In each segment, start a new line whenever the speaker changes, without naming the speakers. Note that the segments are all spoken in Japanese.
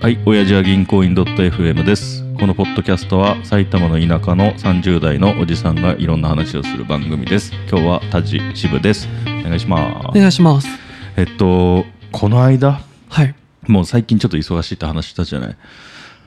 はい、親父は銀行員 .fm です。このポッドキャストは埼玉の田舎の30代のおじさんがいろんな話をする番組です。今日は田地支部です。お願いしま
お
す。
願いします。
えっと、この間、
はい。
もう最近ちょっと忙しいって話したじゃない。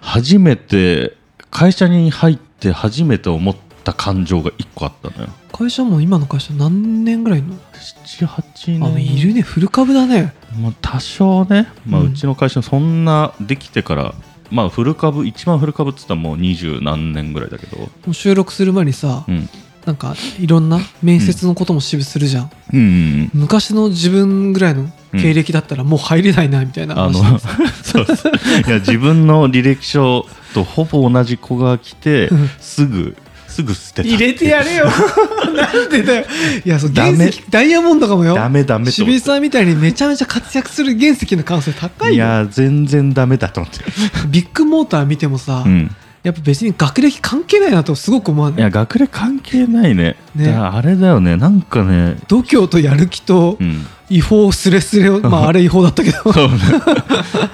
初めて、会社に入って初めて思った感情が1個あったのよ。
会社も今の会社何年ぐらいの
7、8
あ、
年。
いるね。フル株だね。
まあ、多少ね、まあ、
うん
うちの会社そんなできてから、まあ、古株一番古株っつったらもう二十何年ぐらいだけど、
もう収録する前にさ、
うん、
なんかいろんな面接のことも支部するじゃん。
うんうん
昔の自分ぐらいの経歴だったらもう入れないな、みたいな
あの
話。
そうそういや自分の履歴書とほぼ同じ子が来 て
うん
すぐすぐ捨てた
入れてやれよ なんでだよいやそう
ダ
原
メ
石ダイヤモンドかもよ
ダメダメと
渋
思
井
っ
さんみたいにめちゃめちゃ活躍する原石の可能性高
てい
いよ
や全然ダメだと思って、
ビッグモーター見てもさ、
うん、
やっぱ別に学歴関係ないなとすごく思わ
い
ない
や学歴関係ないね
ね
だからあれだよねなんかね、
度胸とやる気と
うん、
違法すれす れを、まああれ違法だったけど
そうね。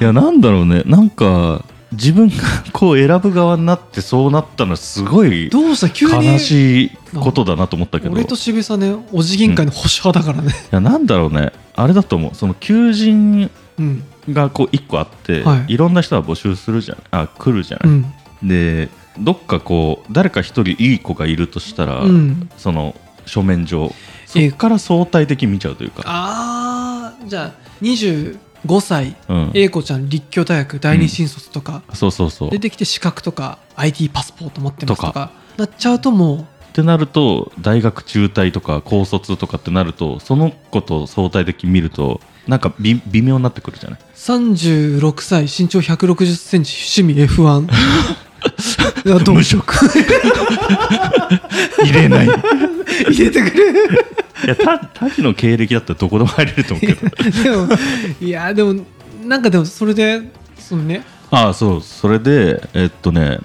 いや、なんだろうね。なんか、自分がこう選ぶ側になってそうなったのはすごい
どうした急に
悲しいことだなと思ったけど。い
俺と渋井さんねおじ議員会の保守派だからね
や、なんだろうね。あれだと思う。その求人
うん
がこう一個あって、
はい
い、ろんな人が募集するじゃない。あ、来るじゃ
う
ない。
ん
で、どっかこう、誰か一人いい子がいるとしたら、
うん
その書面上、そ
え
っから相対的に見ちゃうというか。
あーじゃあ25歳
うん、
A 子ちゃん立教大学第二新卒とか、
そうそうそう。
出てきて資格とか IT パスポート持ってますとかなっちゃうとも
ってなると大学中退とか高卒とかってなるとその子と相対的に見るとなんかび微妙になってくる じゃないう
36歳身長1 6 0ンチ趣味 F1 だと
無職入れないい
入れてくれ
やた滝の経歴だったらどこでも入れると思うけど
でもいやでもなんかでもそれでそのね
ああそうそれでえっとね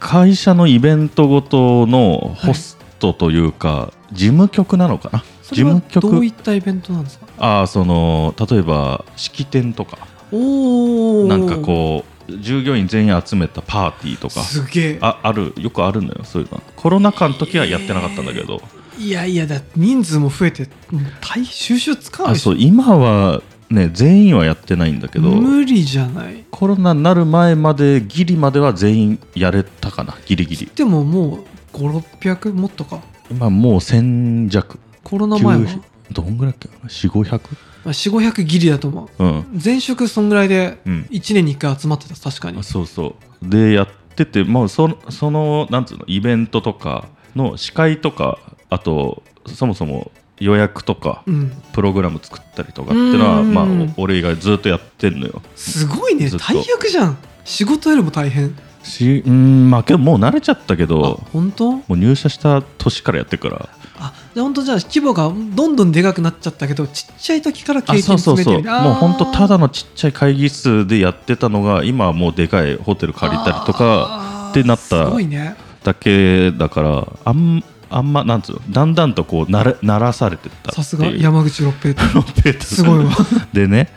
会社のイベントごとのホストというか、事務局なのかな
そ
事
れは
務
どうい
局
ったイベントなんですか
ああその例えば式典とか
おお
なんかこう従業員全員集めたパーティーとか
すげえ
ああるよくあるんだよそういうのコロナ禍の時はやってなかったんだけど、
いやいやだって人数も増えてもう大収集つかない
あ
でし
そ
ょ
う今はね全員はやってないんだけど
無理じゃない
コロナになる前までギリまでは全員やれたかなギリギリ
でももう5600もっとか
今もう1000弱
コロナ前は、
9どんぐらいだっけ4500
まあ、4500ギリだと思う
うん
前職そんぐらいで
うん
1年に1回集まってた確かに
あそうそうでやっててもうそのそのなんつうのイベントとかの司会とかあとそもそも予約とか
うん
プログラム作ったりとかっていうのは、
うん
まあ、お俺以外ずっとやってんのよ
すごいね
ずっと
大役じゃん仕事よりも大変
しうんまあけどもう慣れちゃったけ
あ
ど
本当
もう入社した年からやってるから
あじゃあ本当じゃあ規模がどんどんでかくなっちゃったけどちっちゃい時から経
あ
験
そうそ
詰
う
め
そ
て
うもう
みあー
本当ただのちっちゃい会議室でやってたのが今はもうでかいホテル借りたりとか
あー
ってなった
すごいね
だけだからあんあんまなんつうのだんだんとこうなれ慣らされてったっていう
さ すが山口六平太
ペーター
すごいわ
でね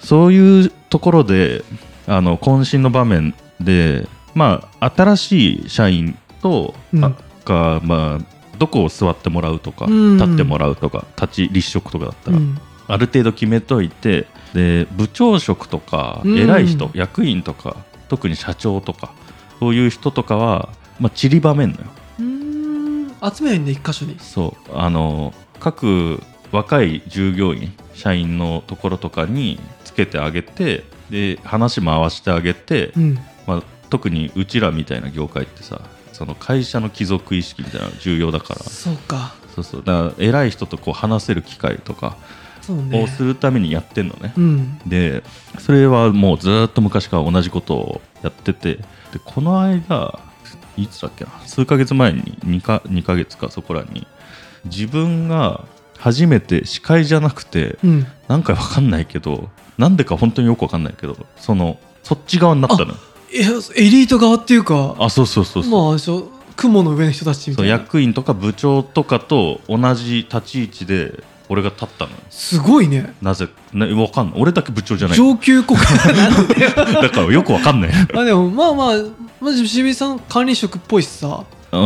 そういうところであの渾身の場面でまあ新しい社員と、
うん
あかまあどこを座ってもらうとか、
うん
立ってもらうとか立ち立食とかだったら、
うん
ある程度決めといてで部長職とか
うん
偉い人、役員とか特に社長とかそういう人とかは、まあ、散りばめんのよ
うーん集めないんで一箇所に
そうあの各若い従業員社員のところとかにつけてあげてで話回してあげて、
うん
まあ、特にうちらみたいな業界ってさその会社の帰属意識みたいなの重要だから
そうか
そうそうだから偉い人とこう話せる機会とか
そうね
をするためにやってんのね
うん
でそれはもうずーっと昔から同じことをやっててでこの間いつだっけな数ヶ月前に2か2ヶ月かそこらに自分が初めて司会じゃなくて
うん
なんかわかんないけどなんでか本当によくわかんないけどそのそっち側になったのよ
いやエリート側っていうか
あそうそうそうそう,、
まあしょ雲の上の人たちみ
そ
た
う
いな
役員とか部長とかと同じ立ち位置で俺が立ったのよ
すごいね
なぜねわかんない俺だけ部長じゃない
上級国家なんだよ
だからよくわかんない う
まあでもまあまあまあ渋井さん管理職っぽいしさ、
ー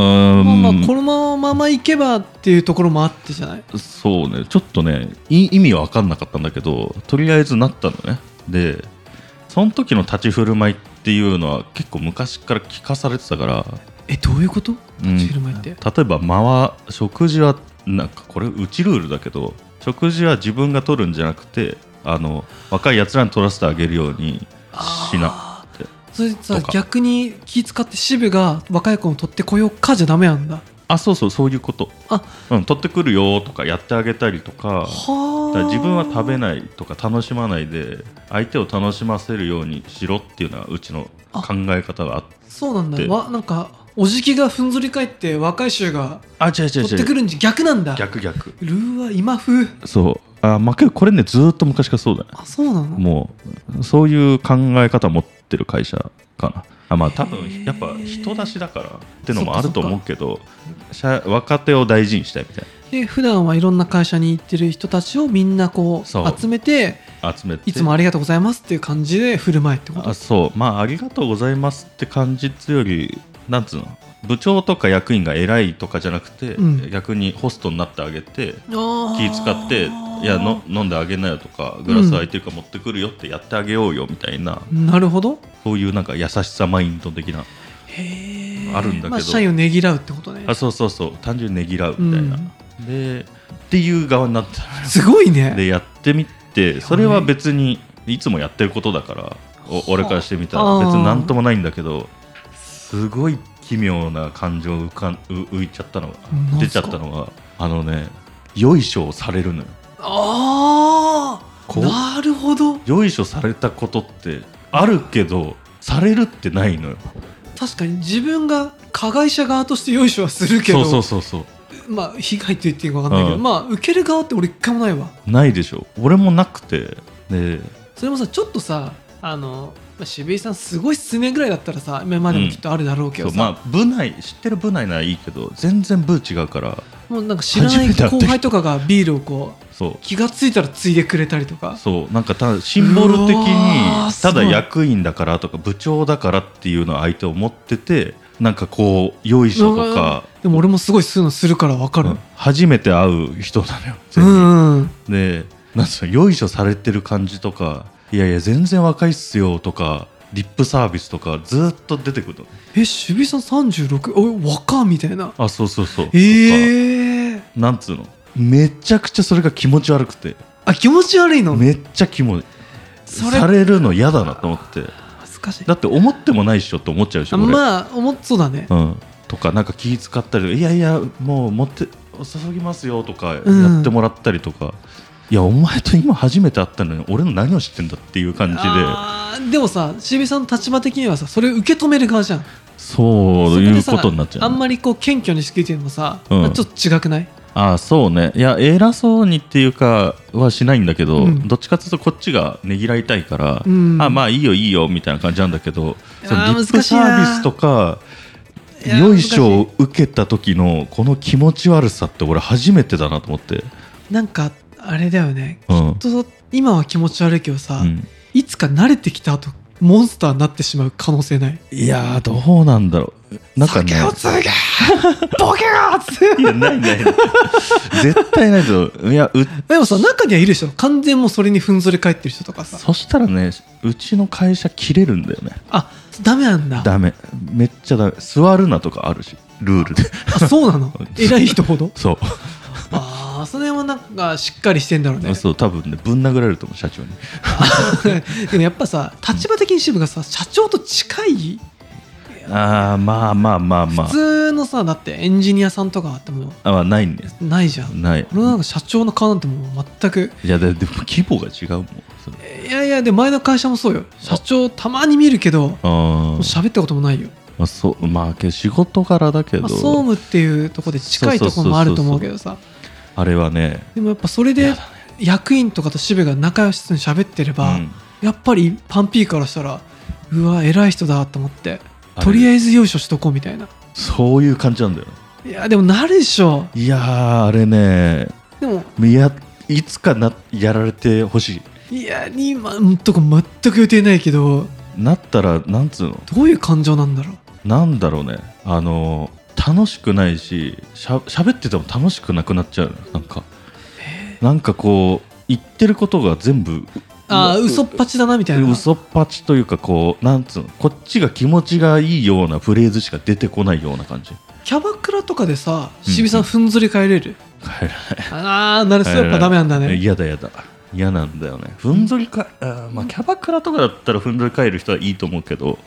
ん
まあまあこのまままいけばっていうところもあってじゃない
そうねちょっとねい意味は分かんなかったんだけどとりあえずなったのねでその時の立ち振る舞いっていうのは結構昔から聞かされてたから
えどういうこと
うん
立ち振る舞いって、
例えば間は食事はなんかこれうちルールだけど食事は自分が取るんじゃなくてあの若いやつらに取らせてあげるようにしな
あ
って
ーそれさ
とか
逆に気使って渋が若い子を取ってこようかじゃダメなんだ
あそうそうそういうこと
あ
うん、取ってくるよとかやってあげたりとかだか
は
ら
あ
自分は食べないとか楽しまないで相手を楽しませるようにしろっていうのはうちの考え方があって
そうなんだ
で
わなんかおじきがふんぞり返って若い衆が
あ違う違う
取って
違
く
う
るんじゃ逆なんだ
逆逆
ルーは今風
そうあまあけどこれねずーっと昔からそうだね
あそうなの
もうそういう考え方持ってる会社かなあまあ多
へ
分
ー
やっぱ人出しだからってのもあると思うけど社若手を大事にしたいみたい
で普段はいろんな会社に行ってる人たちをみんなこ
そう
う集めて
な集めて
いつもありがとうございますっていう感じで振る舞いってこと
あそうまあありがとうございますって感じつよりなんつうの部長とか役員が偉いとかじゃなくて、
うん
逆にホストになってあげて気
気
使っていやの飲んであげなよとかグラス空いてるから持ってくるよってやってあげようよみたいな、
なるほど
そういうなんか優しさマインド的な
へえ
あるんだけど
まあ、社員をねぎらうってことね
あそうそうそう単純にねぎらうみたいな、でっていう側になってたのよ
すごいね
でやってみてそれは別にいつもやってることだからお俺からしてみたら
はあ
別になんともないんだけどすごい奇妙な感情浮かんう浮いちゃったのが
なんすか
出ちゃったのがあのねよいしょをされるのよ
ああ
こう
なるほど
よいしょされたことってあるけどされるってないのよ
確かに自分が加害者側としてよいしょはするけ
そ
ど
うそうそうそう
まあ被害と言っていいか分かんないけど、
うん
まあ受ける側って俺一回もないわ
ないでしょ俺もなくてで
それもさちょっとさあの、まあ、渋井さんすごいっすねぐらいだったらさ今までもきっとあるだろうけ
そ
ど
う
さ、
まあ部内知ってる部内ならいいけど全然部違うから
もうなんか知らな
初
い
めて会った
後
人
輩とかがビールをこう
そう
気がついたらついでくれたりとか
そうなんかただシンボル的
う
に
わー
ただ
すごい
役員だからとか部長だからっていうのを相手を持っててなんかこうよいしょとか、
でも俺もすごいそういうのするから分かる、
うん初めて会う人なのよ
う
全然
んうん
でなんつうのよいしょされてる感じとかいやいや全然若いっすよとかリップサービスとかずーっと出てくるの
え渋井さん36お若っみたいな
あそうそうそう
え
とか
えー、
なんつうのめちゃくちゃそれが気持ち悪くて
あ気持ち悪いの
めっちゃキモい
それ
されるの嫌だなと思って
恥ずかしい
だって思ってもないっしょって思っちゃうでし
あ
ょ俺
まあ思っそうだね、
うん、とかなんか気使ったりいやいやもう持って注ぎますよとかや
うん
ってもらったりとか、いやお前と今初めて会ったのに俺の何を知ってんだっていう感じで
あーでもさ渋井さんの立場的にはさそれを受け止める側じゃん
そう
そ
い
で
う
さ
ことになっちゃう
あんまりこう謙虚にしすぎてるのもさ、
うん
ちょっと違くない
ああそうねいや偉そうにっていうかはしないんだけど、
うん
どっちかっていうとこっちがねぎらいたいから、
うん
あまあいいよいいよみたいな感じなんだけどその
あー
リッ
難
プ
しいな
サービスとか
いやー
よいしょを受けた時のこの気持ち悪さって俺初めてだなと思って。
なんかあれだよね
うん
きっと今は気持ち悪いけどさ、
うん
いつか慣れてきた後モンスターになってしまう可能性ない
いやーどうなんだろうなんかね
酒を継げ ボケがつ
いやないないない絶対ないぞいやう
でもさ中にはいるでしょ完全もうそれにふんぞり返ってる人とかさ
そしたらねうちの会社切れるんだよね
あダメなんだ
ダメめっちゃダメ座るなとかあるしルールで
あそ うなの偉い人ほど
そう
ああその辺はなんかしっかりしてんだろうね
そう多分ねぶん殴られると思う社長に
でもやっぱさ立場的に渋がさ社長と近い
ああまあまあまあまあ
普通のさだってエンジニアさんとかあっても
あまあないんです
ないじゃん
ない
俺なんか社長の顔なんてもう全く
いやででも規模が違うもんそれ
いやいやで前の会社もそうよ社長たまに見るけども
あー、
う喋ったこともないよ、
まあ、そうまあけど仕事柄だけど、
まあ、総務っていうところで近いところもあると思うけどさ
あれはね
でもやっぱそれで
やだ
役員とかと渋が仲良しそうに喋ってれば、
うん
やっぱりパンピーからしたらうわ偉い人だと思って
あれ
とりあえずよいしょしとこうみたいな
そういう感じなんだよ
いやでもなるでしょ
いやーあれね
でも
いやいつかなやられてほし
いや2万とか全く予定ないけど
いなったらなんつうの
どういう感情なんだろう
なんだろうねあの楽しくないししゃ喋ってても楽しくなくなっちゃうなんかなんかこう言ってることが全部
ああ
う
嘘っぱちだなみたいな
嘘っぱちというかこうなんつうのこっちが気持ちがいいようなフレーズしか出てこないような感じ
キャバクラとかでさ
うん
渋さんふんぞり返 れる、
帰ら
ああ なるほどやっぱダメなんだね
嫌だ嫌だ嫌なんだよねふんぞりか、あーまあキャバクラとかだったらふんぞり返る人はいいと思うけど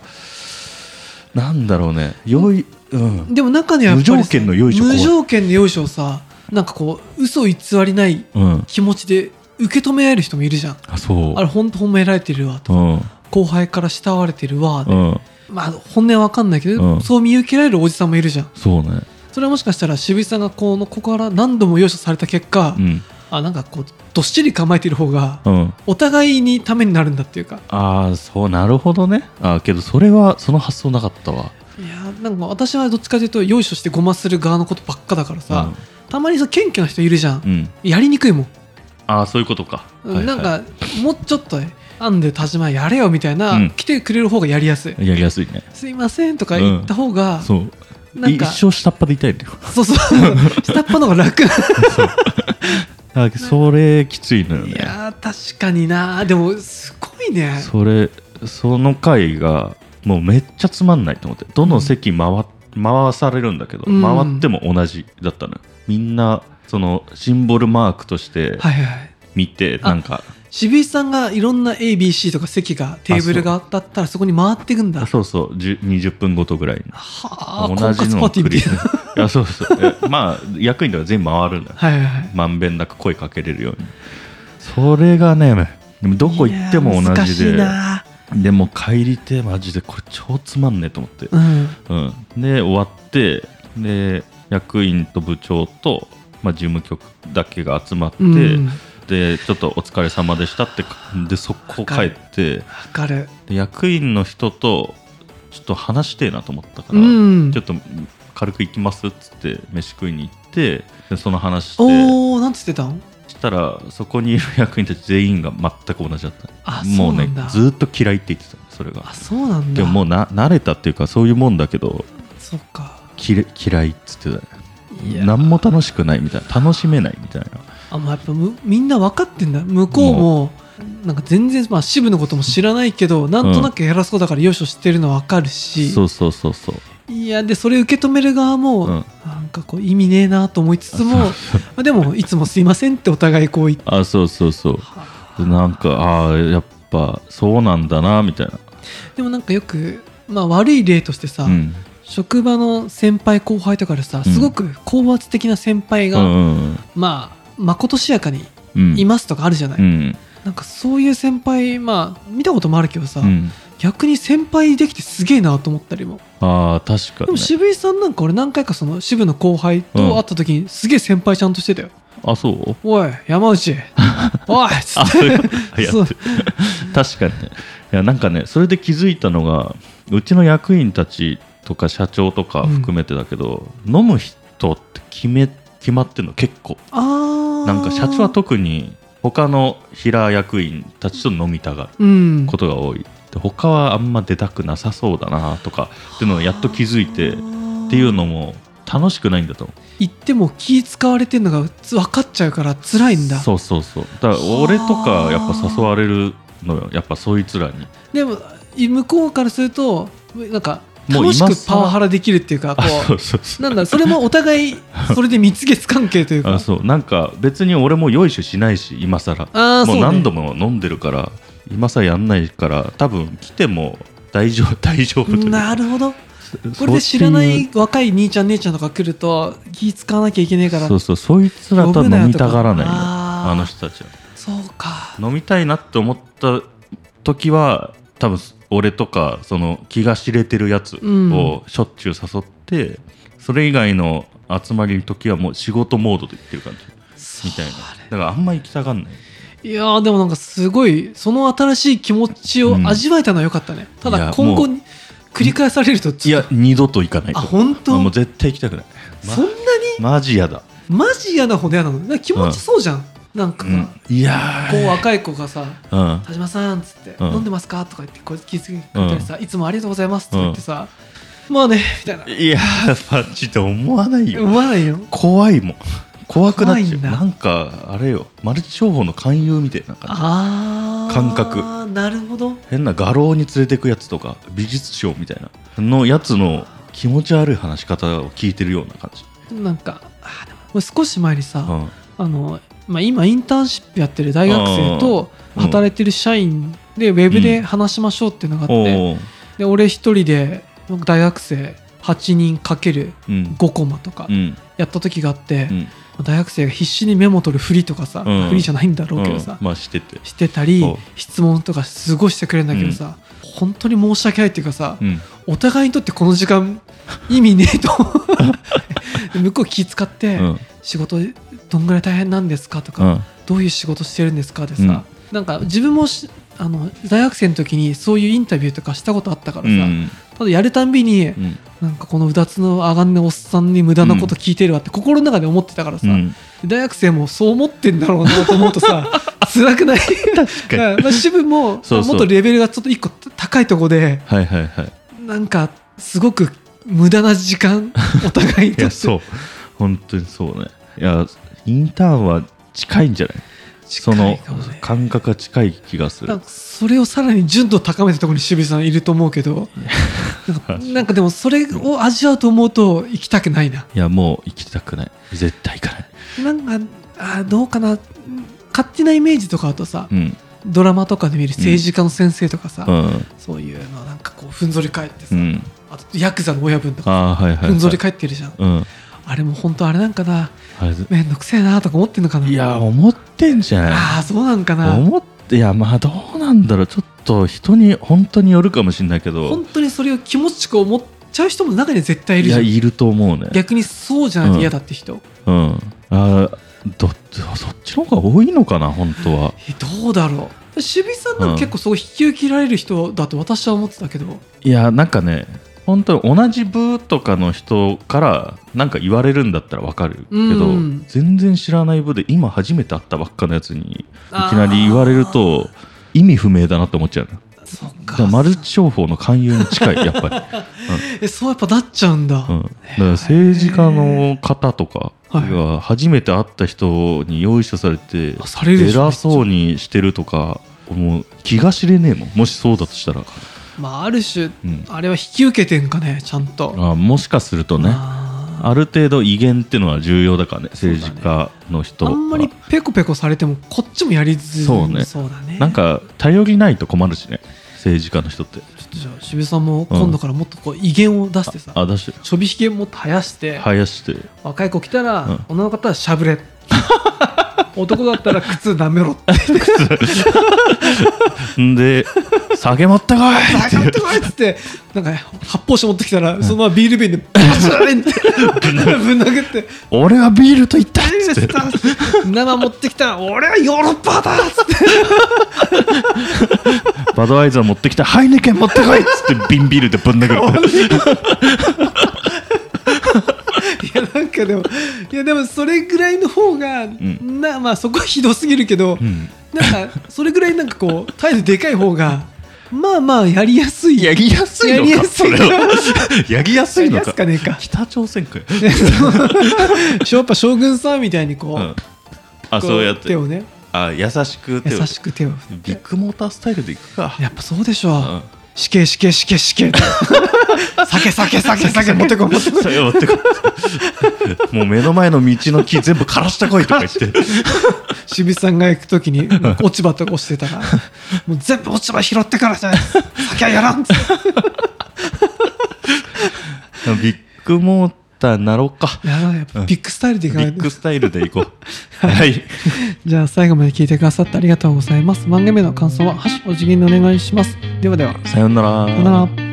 なんだろうねよいうん
でも中にはやっぱりさ
無条件のよいしょ
無条件のよいしょをさなんかこう嘘を偽りない
うん
気持ちで受け止められる人もいるじゃん
あそう
あれ本当褒められてるわと
うん
後輩から慕われてるわで
うん
まあ本音は分かんないけど、
うん
そう見受けられるおじさんもいるじゃん
そうね
それはもしかしたら渋井さんがこのここから何度もよいしょされた結果、
うん
あなんかこうどっしり構えてる方が
うん
お互いにためになるんだっていうか
ああそうなるほどねあーけどそれはその発想なかったわ
いやーなんか私はどっちかというとよいしょしてごまする側のことばっかだからさ、たまにさ謙虚な人いるじゃん
う、ん、うん、
やりにくいもん、
ああそういうことか、
うん
はいはい
なんかもうちょっと編んで田島やれよみたいな、
うん
来てくれる方がやりやすい
やりやすいね
すいませんとか言った方が、
そう
なん
い
か
一生下っ端でいたいんだよ
そうそう下っ端の方が楽な
あーそれきついのよ
い
ね
やー確かになでもすごいね
それその回がもうめっちゃつまんないと思ってどの席回,、回されるんだけど、
うん
回っても同じだったのよみんなそのシンボルマークとして
はいはいはい
見て、
あ
なんか
渋井さんがいろんな ABC とか席がテーブルがあったったらそこに回っていくんだ
あそうそうじゅ20分ごとぐらいの
はあ婚
同
活
じの
パーティーみたいな
いやそうそうえまあ役員では全員回るんだよ
はいはいはい
まんべんなく声かけれるようにそれがねでもどこ行っても
いやー
同
難
じ
しい
で
な
でも帰りてマジでこれ超つまんねえと思って
うん
うん、で終わってで役員と部長と、まあ、事務局だけが集まって、
うんわ
でちょっとお疲れ様でしたってで速攻帰って
かる
で役員の人とちょっと話してえなと思ったから、
うん
ちょっと軽く行きますっつって飯食いに行ってでその話して
おおなんつってたん
したらそこにいる役員たち全員が全く同じだった
あ
もう
そう
ね
なんだ
ずーっと嫌いって言ってたそれが
あそうなんだ
でももうな慣れたっていうかそういうもんだけど
そっか
きれ嫌いっつってたよ
いや
何も楽しくないみたいな楽しめないみたいな
あもうやっぱむみんな分かってんだ向こうもなんか全然まあ支部のことも知らないけどなんとなく偉そうだからよいしょしてるの分かるし
そうそうそうそう
いやでそれ受け止める側も、
うん
なんかこう意味ねえなと思いつつも まあでもいつもすいませんってお互いこう言って
あそうそうそうなんかああやっぱそうなんだなみたいな
でもなんかよく、まあ、悪い例としてさ、
うん
職場の先輩後輩とかでさ
うん
すごく高圧的な先輩
う
が、
んうん
まあまことしやかに
うん
いますとかあるじゃない、
うん
なんかそういう先輩まあ見たこともあるけどさ、
うん
逆に先輩できてすげえなと思ったりも
ああ確
で
かに
も
ね
渋井さんなんか俺何回かその支部の後輩と会った時にすげえ先輩ちゃんとしてたよ、
あそう
おい 山内おいっつ
あ
っ
そういう
て
ことや
そう
って確かにねいやなんかねそれで気づいたのがうちの役員たちとか社長とか含めてだけど、飲む人って決め決まってるの結構
あ
なんか社長は特に他の平役員たちと飲みたがる
うん
ことが多い、で他はあんま出たくなさそうだなとかっていうのをやっと気づいてっていうのも楽しくないんだと思
言っても気使われてるのが分かっちゃうから辛いん
う
だ
そうそうそうだから俺とかやっぱ誘われるのよやっぱそいつらに
でも向こうからするとなんか
もう
楽し
今
く
更
パワハラできるっていうかこ
あ そううそうそう
なんだそれもお互いそれで蜜月関係というか
あそうなんか別に俺もよいしょしないし今更
あー
もう
そうね
何度も飲んでるから今更やんないから多分来ても大丈夫大丈夫という
なるほどこ
そ
れで知らな
そうう
い若い兄ちゃん姉ちゃんとか来ると気使わなきゃいけないから
そうそうそいつらとは飲みたがらないの
呼ぶなよとかあー
あの人たちは
そうか
飲みたいなって思った時は多分俺とかその気が知れてるやつ
うん
をしょっちゅう誘って、それ以外の集まりの時はもう仕事モードで行ってる感じみたいなだからあんま行きたがんない
いやーでもなんかすごいその新しい気持ちを味わえたのは良かったね、た
い
だ
や
今後に繰り返されると
い
ちょっ
や二度と行かない
とあ
と
本当、
もう絶対行きたくない、ま
そんなに
マジやだ
マジ嫌なほど嫌なのなんか気持ちそうじゃん、なんか
う
さ、
ん、いや
こう
ー
若い子がさ
うん
「田島さん」っつって「
うん
飲んでますか?」とか言ってこう気づいてくれたりさ、いつもありがとうございます」とか言ってさ「まあね」みたいない
やーパッチって思わないよ
思わないよ
怖いもん怖くなっちゃ
怖い
うん
だ
なんかあれよマルチ商法の勧誘みたいな感じ
あー
感覚
なるほど
変な画廊に連れてくやつとか美術商みたいなのやつの気持ち悪い話し方を聞いてるような感じ、
なんかあーでも俺少し前にさ、
うん、
あのまあ、今インターンシップやってる大学生と
うん
働いてる社員でウェブで話しましょうっていうのがあって、
おー
で俺一人で大学生8人かける
うん
5コマとか
うん
やった時があって、
うん
大学生が必死にメモ取るふりとかさ、
うん
ふりじゃないんだろうけどさ、
うんまあしてて
してたり
そう
質問とかすごいしてくれるんだけどさ、本当に申し訳ないっていうかさ、
うん
お互いにとってこの時間意味ねえと向こう 気使って、
うん
仕事どんぐらい大変なんですかと
う
か、
ん
どういう仕事してるんですかでさ、
うん
なんか自分もしあの大学生の時にそういうインタビューとかしたことあったから
う
さ、
ん
ただやるたんびに、
うん
なんかこのうだつの上がんねおっさんに無駄なこと聞いてるわって心の中で思ってたからさ、
うん
大学生もそう思ってんだろうなと思う とさ辛くない
かに
だからまあ支部も
そうそう
もっとレベルがちょっと一個高いとこで
はいはい はい
なんかすごく無駄な 時間お互いに
い
と
や
って
そう本当にそうねいやインターンは近いんじゃない
近
その
いかもね
感覚が近い気がす
なん
る
かそれをさらに純度を高めたところに渋井さんいると思うけ どなんかなんかでもそれを味わうと思うと行きたくないない
やもう行きたくない絶対行かない
なんかあどうかな勝手なイメージとかあとさ、
うん
ドラマとかで見る政治家の先生とかさ、
うん
そういうのなんかこうふんぞり返って
う
さ、
ん
あとヤクザの親分とか
ああーはいはいはい
ふんぞり返ってるじゃん、
うん
あれも本当あれなんかな
あれ
めんどくせえなとか思ってんのかない
や思ってんじゃない
ああそうなんかな
思っていやまあどうなんだろうちょっと人に本当によるかもしれないけど
本当にそれを気持ちよく思っちゃう人も中には絶対いる
い
じゃ
や
ん
いると思うね
逆にそうじゃないと嫌だって人、
うんあーどそっちの方が多いのかな本当は
えどうだろう守備さんなん
うん
か結構そう引き受けられる人だと私は思ってたけど、
いやなんかね本当に同じ部とかの人からなんか言われるんだったらわかるけど、
うん
全然知らない部で今初めて会ったばっかのやつにい
あー
きなり言われると意味不明だなって思っちゃうの
そっ
だ
か
からマルチ商法の勧誘に近い やっぱり、
えそうやっぱなっちゃうんだ、
うん、だから政治家の方とかが初めて会った人に用意書されて
あされるでしょ
偉そうにしてるとかもう気が知れねえもんもしそうだとしたら、
まあある種
うん、
あれは引き受けてんかねちゃんと
あもしかするとね
あ
ある程度威厳っていうのは重要だからね政治家の人
ーあ
は
んまりペコペコされてもこっちもやりづらい
そうね
そうだね
なんか頼りないと困るしね政治家の人って
ちょっとじゃあ渋井さんも今度からもっとこう威厳を出してさ、
あだし
ちょびひげもっと生やして、
生やして
若い子来たら、
うん
女の方はしゃぶれ 男だったら靴舐めろって
んで酒持ってこい
「やってこい!」っつってなんか発泡酒持ってきたらそのままビール瓶でバシャーンってぶん殴って
俺はビールと言ったっ
「
つ って
生持ってきたら俺はヨーロッパだ!」っつって
バドワイザー持ってきたハイネケン持ってこいっつって瓶ビールでぶん 殴る
いやなんかでもいやでもそれぐらいの方が、
ん
なまあそこはひどすぎるけど、
ん
なんかそれぐらいなんかこう態度でかい方がまあまあやりやすい
やりやすい
やり
の
や
か
す
そ
い
れはやりやすいの
やりや
か
すかね えか
北朝鮮かよ、
ねそう やっぱ将軍さんみたいにこう,
う
こう、
ん、あそうやって
手をね
あ優しく手を
優しく手を振っ
ビ
て
ッグモータースタイルでいくか
やっぱそうでしょ、
ん
死刑死刑死刑死刑酒酒酒酒持ってこい持ってこ
それ持ってこいもう目の前の道の木全部枯らしてこいとか言って
い渋井さんが行く時 に落ち葉とか押してたらもう全部落ち葉拾ってからじゃない酒はやらんっつって
ビッグモーターになろうか
いややっぱビッグスタイルでい
ビ
かない
ッ
と
グスタイルでいこうはい
じゃあ最後まで聞いてくださってありがとうございます番組への感想は「ハッシュお辞儀」にお願いしますではでは
さようなら
さよなら